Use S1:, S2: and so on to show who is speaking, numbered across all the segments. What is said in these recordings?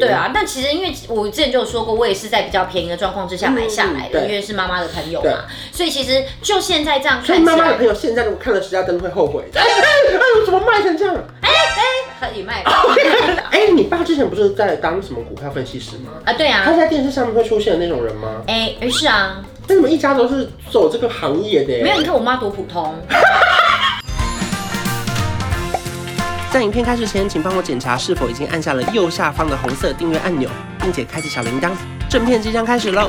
S1: 对啊，但其实因为我之前就有说过，我也是在比较便宜的状况之下买下来的，
S2: 对
S1: 因为是妈妈的朋友
S2: 对
S1: 嘛，所以其实就现在这样
S2: 所
S1: 看起
S2: 以妈妈的朋
S1: 来，
S2: 友现在如果看了十家灯会后 悔，哎哎哎，我怎么卖成这 样？
S1: 很也卖
S2: 哎，你爸之前不是在当什么股票分析师吗？
S1: 啊，对
S2: 他是
S1: 啊，
S2: 在电视上面会出现的那种人吗？
S1: 哎、哎是啊，
S2: 那你们一家都是走这个行业的耶？
S1: 没有，你看我妈多普通，
S2: 在影片开始前，请帮我检查是否已经按下了右下方的红色订阅按钮，并且开启小铃铛。正片即将开始喽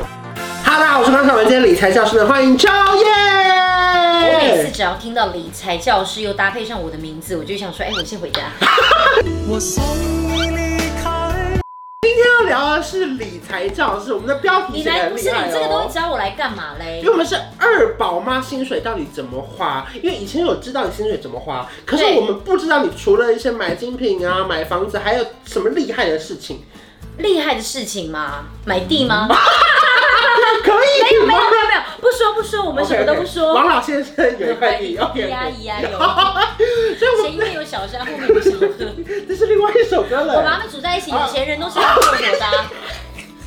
S2: ！Hello，大家好，我是潘小文，今天理财教师的，欢迎秋
S1: 我每次
S2: 叶。
S1: 只要听到理财教师又搭配上我的名字，我就想说，哎、我先回家。
S3: 我送你离开。
S2: 今天要聊的是理财教师，我们的标题
S1: 你
S2: 写得
S1: 来
S2: 很
S1: 不
S2: 厉
S1: 是
S2: 害
S1: 你这个东
S2: 哦
S1: 西。找我来干嘛嘞
S2: 因为？我们是二宝妈薪水到底怎么花？因为以前有知道你薪水怎么花，可是
S1: 对
S2: 我们不知道你除了一些买精品啊、买房子，还有什么厉害的事 情？
S1: 厉害的事情吗？买地吗？
S2: 可以吗？
S1: 没有没有没有，不说不说，我们什么都不说。
S2: 王老先生有一块地，OK。
S1: 呀呀
S2: 所以
S1: 有，
S2: 我们
S1: 前面有小山，后面有小河。
S2: 这是另外一首歌
S1: 我把
S2: 了。
S1: 他们组在一起，有钱人都是要做火的 啊，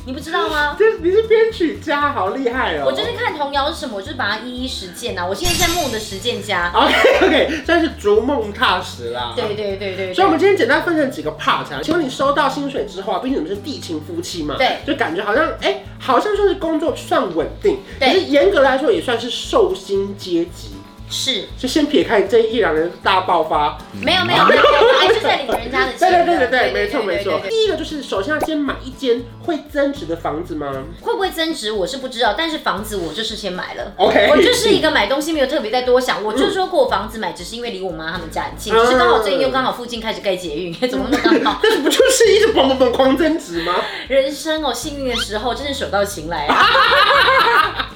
S1: 你不知道吗？
S2: 这你是编曲家，好厉害哦！
S1: 我就是看童谣是什么，我就是把它一一实践啊呐、我现在在梦的实践家。
S2: OK OK，算 是逐梦踏实啦。
S1: 对。对对对
S2: 所以，我们
S1: 对。
S2: 今天简单分成几个 part 啊。请问你收到薪水之后啊，毕竟你们是地勤夫妻嘛，
S1: 对
S2: 就感觉好像哎、好像算是工作算稳定，可
S1: 对
S2: 是严格来说也算是寿星阶级。
S1: 是
S2: 就先撇开这一两人大爆发，
S1: 嗯没有没有没有，我还是在领人家的钱
S2: 对对
S1: 的。
S2: 对对对，没错
S1: 对
S2: 没错
S1: 对对。对
S2: 第一个就是，首先要先买一间会增值的房子吗？
S1: 会不会增值我是不知道，但是房子我就是先买了。
S2: OK
S1: 我就是一个买东西没有特别再多想，我就说过房子买只是因为离我妈他们家很近，
S2: 嗯
S1: 只是刚好最近又刚好附近开始盖捷运， 怎么那么刚好？
S2: 但是不就是一直砰砰砰狂增值 吗？
S1: 人生哦，幸运的时候真是手到擒来啊！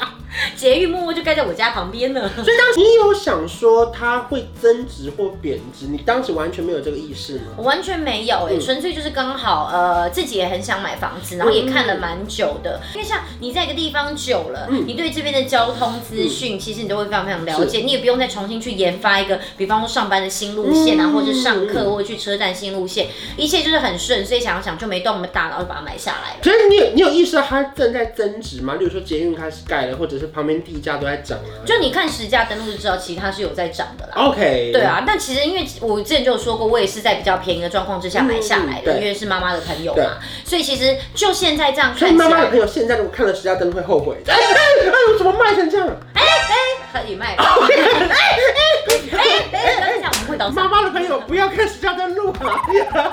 S1: 捷运默默就盖在我家旁边呢。
S2: 所以当时你有想说它会增值或贬值，你当时完全没有这个意识吗？
S1: 我完全没有哎、
S2: 嗯
S1: 纯粹就是刚好呃自己也很想买房子，然后也看了蛮久的。因为像你在一个地方久了，你对这边的交通资讯其实你都会非常非常了解，你也不用再重新去研发一个，比方说上班的新路线啊，
S2: 嗯
S1: 或者上课或者去车站新路线，一切就是很顺，所以想要想就没动我们大脑就把它买下来了。
S2: 所以你有你有意识到它正在增值吗？例如说捷运开始盖了，或者是旁边地价都在涨啊。
S1: 就你看实价登录就知道，其实它是有在涨的啦。
S2: OK，
S1: 对，啊，但其实因为我之前就有说过，我也是在比较便宜的状况之下买下来的，
S2: 嗯对
S1: 因为是妈妈的朋友嘛，所以其实就现在这样
S2: 所以
S1: 看起
S2: 妈妈的
S1: 来
S2: 朋，友现在如果看了十家灯会后悔，哎哎哎，我怎么卖成这样？
S1: 可以卖。哎哎哎哎，不要这样，我们会倒
S2: 妈
S1: 上。
S2: 妈的朋友不要看十家灯录啊！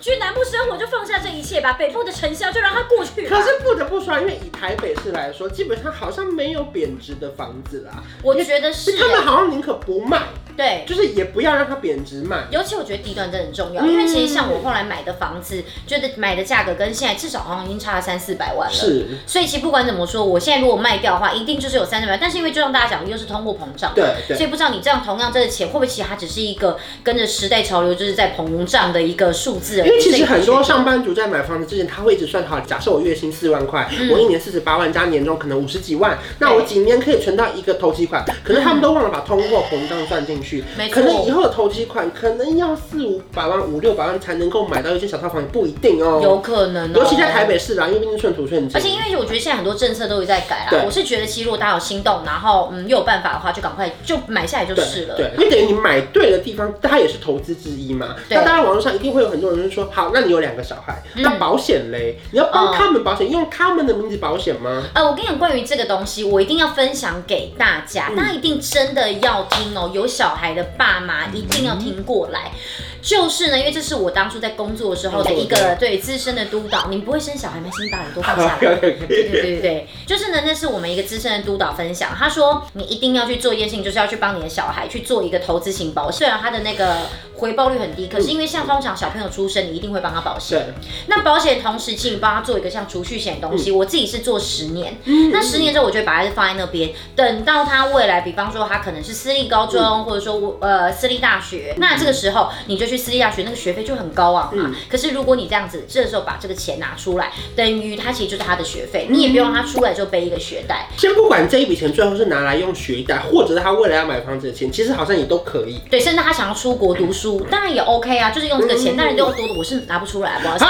S1: 去南部生活就放下这一切吧，北部的尘嚣就让它过去吧。
S2: 可是不得不说，因为以台北市来说，基本上好像没有贬值的房子啦，
S1: 我觉得是啊
S2: 他们好像宁可不卖，
S1: 对。
S2: 就是也不要让它贬值卖。
S1: 尤其我觉得地段真的很重要，
S2: 嗯
S1: 因为其实像我后来买的房子，觉得买的价格跟现在至少好像已经差了三四百万了。
S2: 是。
S1: 所以其实不管怎么说，我现在如果卖掉的话，一定就是有三十万。但是因为就像大家讲，又是通货膨胀嘛，
S2: 对对
S1: 所以不知道你这样同样这个钱会不会其实它只是一个跟着时代潮流就是在膨胀的一个数字而已。
S2: 因为其实很多
S1: 所以
S2: 上班族在买房子之前，他会一直算好，假设我月薪四万块，
S1: 嗯
S2: 我一年四十八万加年终可能五十几万，那我几年可以存到一个投机款，可是他们都忘了把通货膨胀算进去
S1: 嗯没，错
S2: 可能以后的投机款可能要四五百万、五六百万才能够买到一间小套房，也不一定哦。
S1: 有可能、
S2: 尤其在台。北市啦，因为毕竟寸土寸金，
S1: 而且因为我觉得现在很多政策都有在改啦
S2: 对，
S1: 我是觉得其实如果大家有心动，然后嗯又有办法的话，就赶快就买下来就
S2: 对
S1: 是了。
S2: 对，因为等于你买对的地方，它也是投资之一嘛。
S1: 对
S2: 那当然，网络上一定会有很多人就说，好，那你有两个小孩，
S1: 嗯
S2: 那保险嘞，你要帮
S1: 嗯
S2: 他们保险，用他们的名字保险吗？
S1: 呃，我跟你讲，关于这个东西，我一定要分享给大
S2: 嗯
S1: 家，大家一定真的要听哦。有小孩的爸妈一定要听过来。就是呢，因为这是我当初在工作的时候的一
S2: 工作
S1: 个对资深的督导，你不会生小孩吗？先把耳朵放下来。对对对对，就是呢，那是我们一个资深的督导分享，他说你一定要去做一件事情，就是要去帮你的小孩去做一个投资型保险。虽然他的那个回报率很低，可是因为像通常小朋友出生，你一定会帮他保险。
S2: 对，
S1: 那保险同时期，你帮他做一个像储蓄险的东西，我自己是做十年。那十年之后，我就会把它放在那边，等到他未来，比方说他可能是私立高中，或者说我呃私立大学，那这个时候你就去私立大学，那个学费就很高昂嘛。可是如果你这样子，这时候把这个钱拿出来，等于他其实就是他的学费，你也不用让他出来就背一个学贷。
S2: 先不管这一笔钱最后是拿来用学贷，或者是他未来要买房子的钱，其实好像也都可以。
S1: 对，甚至他想要出国读书，当然也 OK 啊，就是用这个钱。但是多多的我是拿不出来，不好意思，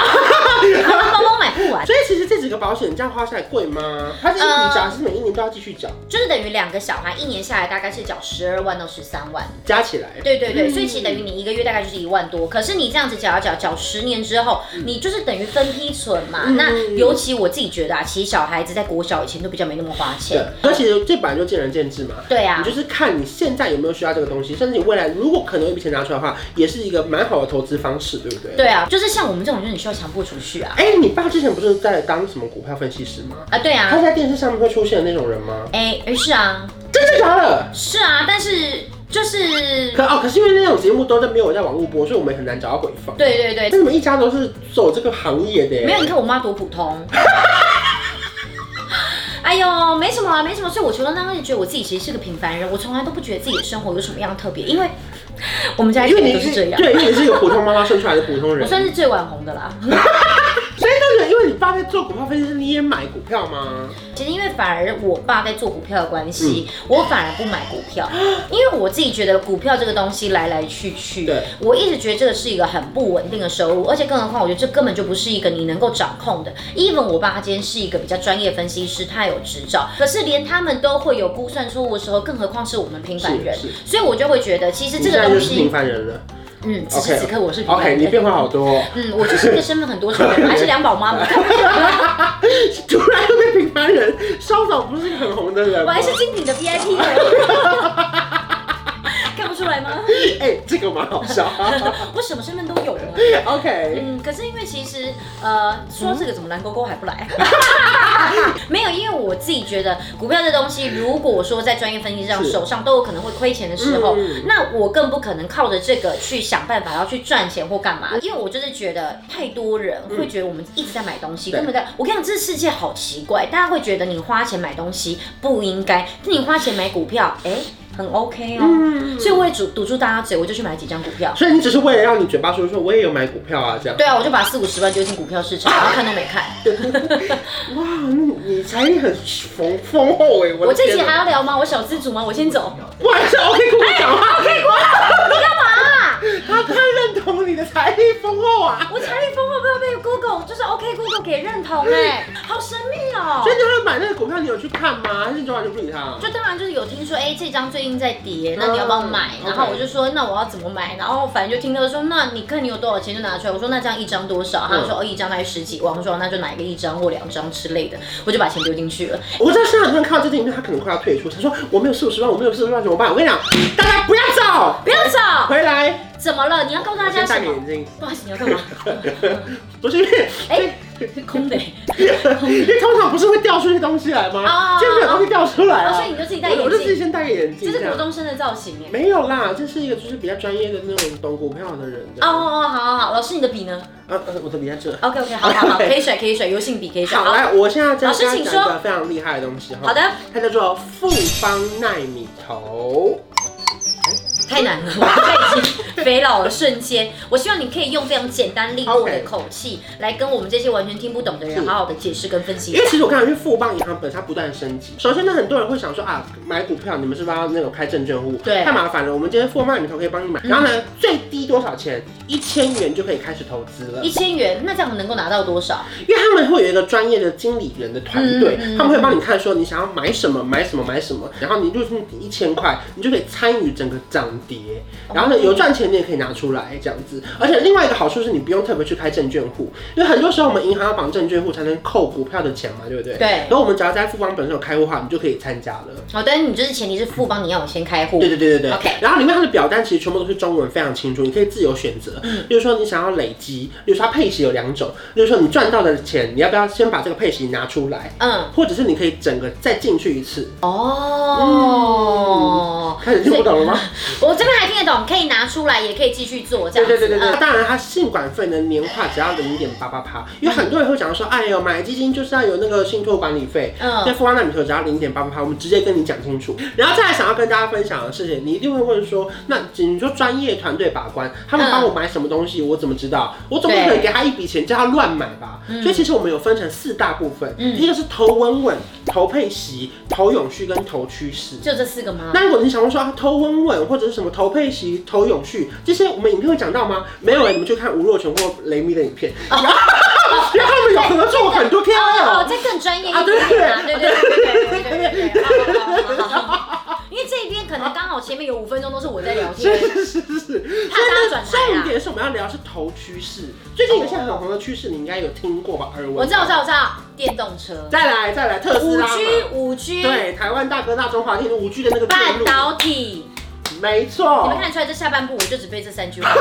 S1: 包包买不完。
S2: 所以其实这几个保险这样花下来贵吗？它是一笔缴，还是每一年都要继续缴，
S1: 就是等于两个小孩一年下来大概是缴十二万到十三万。
S2: 加起来。
S1: 对对对，所以其实等于你一个月大概就是一万多，可是你这样子缴一缴缴十年之后，
S2: 嗯
S1: 你就是等于分批存嘛。那尤其我自己觉得啊，其实小孩子在国小以前都比较没那么花
S2: 对
S1: 钱。，
S2: 所以其实这本来就见仁见智嘛。
S1: 对啊
S2: 你就，是看你现在有没有需要这个东西，甚至你未来如果可能有一笔钱拿出来的话，也是一个蛮好的投资方式，对不对？。
S1: 对啊，就是像我们这种人，你需要强迫储蓄啊。
S2: 哎、你爸之前不是在当什么股票分析师吗？
S1: 啊，对
S2: 他是
S1: 啊，
S2: 在电视上面会出现的那种人吗？
S1: 哎，哎是啊，
S2: 真的假的？
S1: 是啊，但是就是
S2: 可哦，可是因为那种节目都在没有在网络播，所以我们很难找到回放。。
S1: 对对对
S2: 那，你们哎一家都是走这个行业的耶？
S1: 没有，你看我妈多普通。哎呦，没什么啦，没什么。所以我觉得那时候就觉得我自己其实是个平凡人，我从来都不觉得自己的生活有什么样特别，因为我们家一
S2: 哎因
S1: 直
S2: 为你
S1: 都是这样。
S2: 对，因为你是一个普通妈妈生出来的普通人。
S1: 我
S2: 所以
S1: 算是最晚红的啦。
S2: 那个，因为你爸在做股票分析师，你也买股票吗？
S1: 其实因为反而我爸在做股票的关系，
S2: 嗯
S1: 我反而不买股 票，因为我自己觉得股票这个东西来来去去
S2: 对，
S1: 我一直觉得这个是一个很不稳定的收入，而且更何况我觉得这根本就不是一个你能够掌控的。even 我爸他今天是一个比较专业分析师，他有执照，可是连他们都会有估算错误的时候，更何况是我们平凡人
S2: 是是，
S1: 所以我就会觉得其实
S2: 你
S1: 这
S2: 现
S1: 个
S2: 在就
S1: 东
S2: 是平
S1: 西，
S2: 凡人了。
S1: 嗯，此时此刻我是平
S2: OK，
S1: 凡
S2: 你
S1: 人。
S2: 变化好多、哦，
S1: 嗯，我就是一个身份很多重的 人，还是两宝妈嘛，
S2: 突然又变平凡人。稍早不是一个很红的人
S1: 我
S2: 吗
S1: 还？是精品的 VIP 呢， 看不出来吗？
S2: 哎、这个蛮好笑。啊
S1: 我什么身份都有呢。
S2: OK，
S1: 嗯，可是因为其实，呃，说这个怎么蓝勾勾还不 来？没有，因为我自己觉得股票这东西，如果说在专业分析上
S2: 是
S1: 手上都有可能会亏钱的时候，
S2: 嗯
S1: 那我更不可能靠着这个去想办法要去赚钱或干嘛，
S2: 嗯
S1: 因为我就是觉得太多人会觉得我们一直在买东西，
S2: 对
S1: 根本在。我跟你讲，这世界好奇怪，大家会觉得你花钱买东西不应该，你花钱买股票，哎、很 OK 哦。
S2: 嗯
S1: 所以我也堵堵住大家嘴，我就去买几张股票。
S2: 所以你只是为了让你嘴巴说说我也有买股票啊，这样。
S1: 对啊，我就把四五十万丢进股票市场，然后看都没看。
S2: 哇，你你财力很丰丰厚哎，我
S1: 我
S2: 的
S1: 这
S2: 天
S1: 集还
S2: 哪！
S1: 要聊吗？我小资主吗？我先走。
S2: 我还是 OK 跟我讲话，
S1: OK，国老，你干嘛？
S2: 他太认同你的财力丰厚啊。
S1: 我财力丰厚，不要被 Google，就是 OK Google 给认同哎、好神秘哦、
S2: 嗯所以你后来买那个股票，你有去看吗？还是你昨晚就不理他？
S1: 就当然就是有听说，哎、这张最近在跌，那你要不要买？
S2: 嗯
S1: 然后
S2: OK
S1: 我就说，那我要怎么买？然后反正就听到说，那你看你有多少钱就拿出来。我说那这样一张多少？他
S2: 嗯
S1: 就说哦一张大概十几万。我说那就拿一个一张或两张之类的，我就把钱丢进去了。
S2: 我在现场看到这个影片，他可能快要退出，他说我没有四五十万，我没有四十万怎么办？我跟你讲，大家不要走，
S1: 不要走，
S2: 回来，
S1: 怎么了？你要告诉大
S2: 我
S1: 家
S2: 先
S1: 什
S2: 戴个
S1: 么
S2: 眼？镜，
S1: 不好意思，你要干 嘛？
S2: 不是因为。
S1: 哎、空的、
S2: 因为通常不是会掉出一些东西来吗？
S1: 哦
S2: 就是有东西掉出来
S1: 哦
S2: 啊，
S1: 所以你就自己戴眼镜
S2: 我我就自己先戴个眼镜
S1: 这
S2: 这
S1: 是
S2: 样。
S1: 国中生的造型哎。
S2: 没有啦，这是一个就是比较专业的那种懂股票的人的。
S1: 哦哦，好好好，老师你的笔呢
S2: 呃呃，我的笔在这。
S1: ？OK OK，好好好，
S2: OK
S1: 可以甩可以甩，油性笔可以甩。
S2: 好，来，我现在
S1: 老
S2: 教
S1: 师
S2: 大家
S1: 请
S2: 讲一
S1: 说
S2: 个非常厉害的东西哈。
S1: 好，的，
S2: 它叫做复方纳米头。
S1: 太难了，我已经 肥佬了瞬间。我希望你可以用非常简单利落的口气来跟我们这些完全听不懂的人
S2: 是
S1: 好好的解释跟分析
S2: 因。为其实我看到，因为富邦银行本身它不断升级。首先呢，很多人会想说啊，买股票你们是不是要那种开证券户？
S1: 对嗯
S2: 太麻烦了。我们今天富邦里头可以帮你买。然后呢，最低多少钱？一千元就可以开始投资了。
S1: 一千元，那这样能够拿到多少？
S2: 因为他们会有一个专业的经理人的团队，
S1: 嗯嗯嗯
S2: 他们会帮你看说你想要买什么，买什么，买什么，然后你入进一千块，你就可以参与整个涨跌，然后呢有赚钱你也可以拿出来这样子。而且另外一个好处是你不用特别去开证券户，因为很多时候我们银行要绑证券户才能扣股票的钱嘛，对不对？
S1: 对
S2: 然后我们只要在富邦本身有开户的话，你就可以参加了。
S1: 好的，你就是前提是富邦你要我先开户
S2: 对。对对对对。
S1: OK
S2: 然后里面它的表单其实全部都是中文，非常清楚，你可以自由选择。嗯。例如说你想要累积，例如说它配息有两种，例如说你赚到的钱，你要不要先把这个配息拿出来？
S1: 嗯，
S2: 或者是你可以整个再进去一次，
S1: 哦，
S2: 开始听不懂了吗？
S1: 我这边还听得懂，可以拿出来，也可以继续做这
S2: 对
S1: 样子。
S2: 对对对对，
S1: 嗯
S2: 当然它信管费呢年化只要零点八八趴，因为很多人会讲说，哎呦买基金就是要有那个信托管理费，
S1: 嗯
S2: 在富邦那里头只要零点八八趴，我们直接跟你讲清楚。然后再来想要跟大家分享的事情，你一定会问说，那你说专业团队把关，他们帮我买什么东西，我怎么知道？我总不可能
S1: 对
S2: 给他一笔钱叫他乱买吧？所以其实我们有分成四大部分，
S1: 嗯
S2: 一个是投稳稳、投配息、投永续跟投趋势。
S1: 就这四个吗？
S2: 那如果你想说啊，投稳稳或者是什么投配息、投永续，这些我们影片会讲到吗？没有、欸，你们去看吴若权或雷米的影片， 然后然后他们有合作很多 K
S1: 哦哦，哦
S2: O，
S1: 再更专业一
S2: 啊
S1: 点
S2: 对
S1: 啊，对对对对对对对对，好好好好好，因为这一边可能刚好前面有五分钟都是我在聊天，
S2: 是是是是，
S1: 哦怕大家转台啊
S2: 重
S1: 啦。
S2: 点是我们要聊的是投趋势，最近有些很红的趋势，你应该有听过吧？耳闻。
S1: 我知道，我知道，我知道，电动车，
S2: 再来再来，特斯
S1: 五
S2: 拉嘛。
S1: G，五 G，
S2: 对，台湾大哥大中华电五 G 的那个电
S1: 半
S2: 路，
S1: 导体，
S2: 没
S1: 你
S2: 错
S1: 们看。得出来这下半部我就只背这三句话。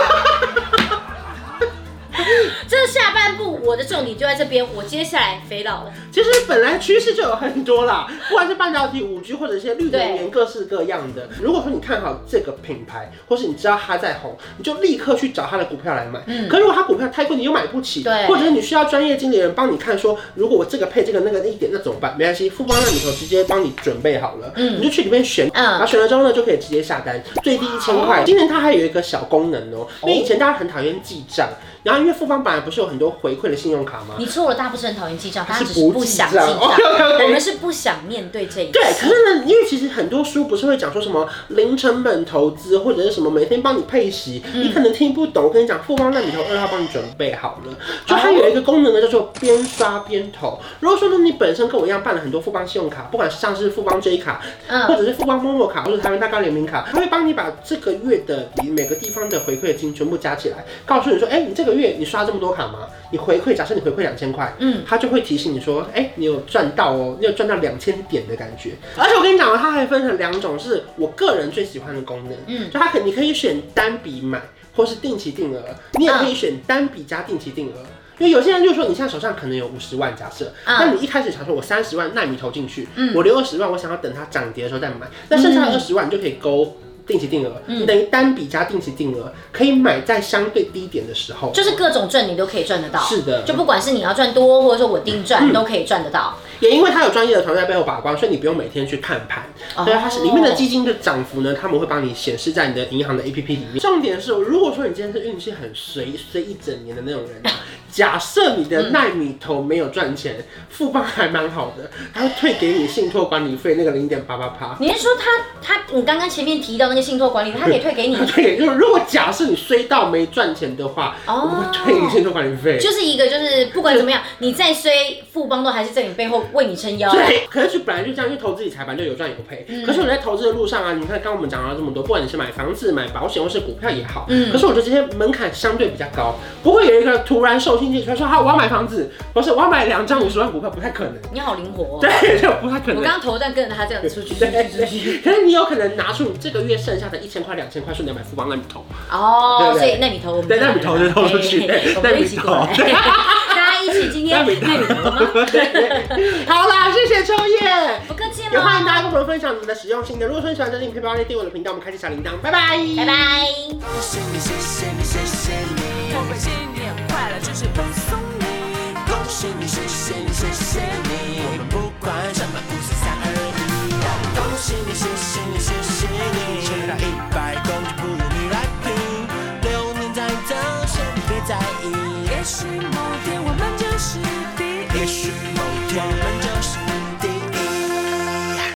S1: 这下半部我的重点就在这边，我接下来肥佬了。
S2: 其实本来趋势就有很多 啦，不管是半导体、五 G 或者一些绿能源，各式各样的。如果说你看好这个品牌，或是你知道它在红，你就立刻去找它的股票来买。
S1: 嗯
S2: 可如果它股票太贵，你又买不起，
S1: 对
S2: 或者是你需要专业经理人帮你看说，如果我这个配这个那个那一点，那怎么办？没关系，富邦那里头直接帮你准备好了，
S1: 嗯
S2: 你就去里面选，
S1: 嗯哦
S2: 然后选了之后呢，就可以直接下单，最低一千块。今年它还有一个小功能哦、因为以前大家很讨厌记账，然后因为富邦本来不是有很多回馈的信用卡吗？
S1: 你错了，大家不是很讨厌记账，大
S2: 是
S1: 家只是不想记账。
S2: 不记账 OK，OK
S1: 我们是不想面对这一
S2: 对，
S1: 切
S2: 可是呢，因为其实很多书不是会讲说什么零成本投资，或者是什么每天帮你配息，你可能听不懂。我跟你讲，富邦那里头二号帮你准备好了，就它有一个功能呢，叫做边刷边投。如果说呢，你本身跟我一样办了很多富邦信用卡，不管像是富邦 J 卡，或
S1: 嗯，
S2: 者是富邦 MOMO 卡，或者台湾大哥联名卡，它会帮你把这个月的你每个地方的回馈金全部加起来，告诉你说，哎、你这个月你刷这么多卡吗？你回馈，假设你回馈两千块，
S1: 嗯，
S2: 他就会提醒你说，哎、你有赚到哦，你有赚到两千点的感觉。而且我跟你讲哦，它还分成两种，是我个人最喜欢的功能，
S1: 嗯
S2: 就它可你可以选单笔买，或是定期定额，你也可以选单笔加定期定额。因为有些人就说，你现在手上可能有五十万，假设，
S1: 嗯
S2: 那你一开始想说，我三十万纳米投进去，
S1: 嗯
S2: 我留二十万，我想要等它涨跌的时候再买，那剩下的二十万你就可以勾定期定额，
S1: 嗯
S2: 你等于单笔加定期定额，可以买在相对低点的时候，
S1: 就是各种赚你都可以赚得到，
S2: 是的
S1: 就不管是你要赚多，或者说稳定 赚，都可以赚得到。
S2: 也因为它有专业的团队在背后把关，所以你不用每天去看盘。
S1: 哦
S2: 对，它是里面的基金的涨幅呢，他们会帮你显示在你的银行的 APP 里面。重点是，如果说你今天是运气很随随一整年的那种人 啊，假设你的奈米投没有赚钱，富邦还蛮好的，他会退给你信托管理费那个零点八八 趴。
S1: 你是说他他你刚刚前面提到那个信托管理，他可以退给你，
S2: 对，就是如果假设你衰到没赚钱的话，
S1: 哦
S2: 我们会退你信托管理费。
S1: 就是一个就是不管怎么样，你再衰，富邦都还是在你背后为你撑腰。
S2: 对，嗯可是本来就这样，因为投资理财本来就有赚有赔。可是我在投资的路上啊，你看刚刚我们讲到这么多，不管你是买房子、买保险或是股票也好，
S1: 嗯
S2: 可是我觉得这些门槛相对比较高，不会有一个突然受信进来说好我要买房子，不是我要买两张五十万股票，不太可能。
S1: 你好灵活哦。
S2: 对，就不太可
S1: 我
S2: 能。
S1: 刚刚头但跟着他这样出去出
S2: 对
S1: 去出
S2: 对
S1: 去。
S2: 对， 可是你有可能拿出你这个月剩下的一千块、两千块，顺便买富邦那里投。
S1: 哦，
S2: 对对
S1: 所以那米头我们
S2: 对那米头就投出去
S1: 哎我们一起过来，
S2: 那米
S1: 大家一起今天
S2: 那
S1: 那
S2: 米
S1: 米
S2: 头
S1: 头吗？
S2: 好 啦，谢谢秋叶，
S1: 不客气哦
S2: 也欢迎大
S1: 了，
S2: 家跟我们分享你们的使用心得。如果说你喜欢这影片，不要忘记订阅我的频道，我们开启小铃铛，拜拜，
S1: 拜拜。
S3: 谢你谢谢你谢谢你，我们新年快乐，就是恭送你，恭喜你谢谢你谢谢你，我们不管什么五四三二一，恭喜你谢谢你谢谢你，吃到一百公斤不如你来拼，流年再走，先别在意，也许某天我们就是第一，也许某天我们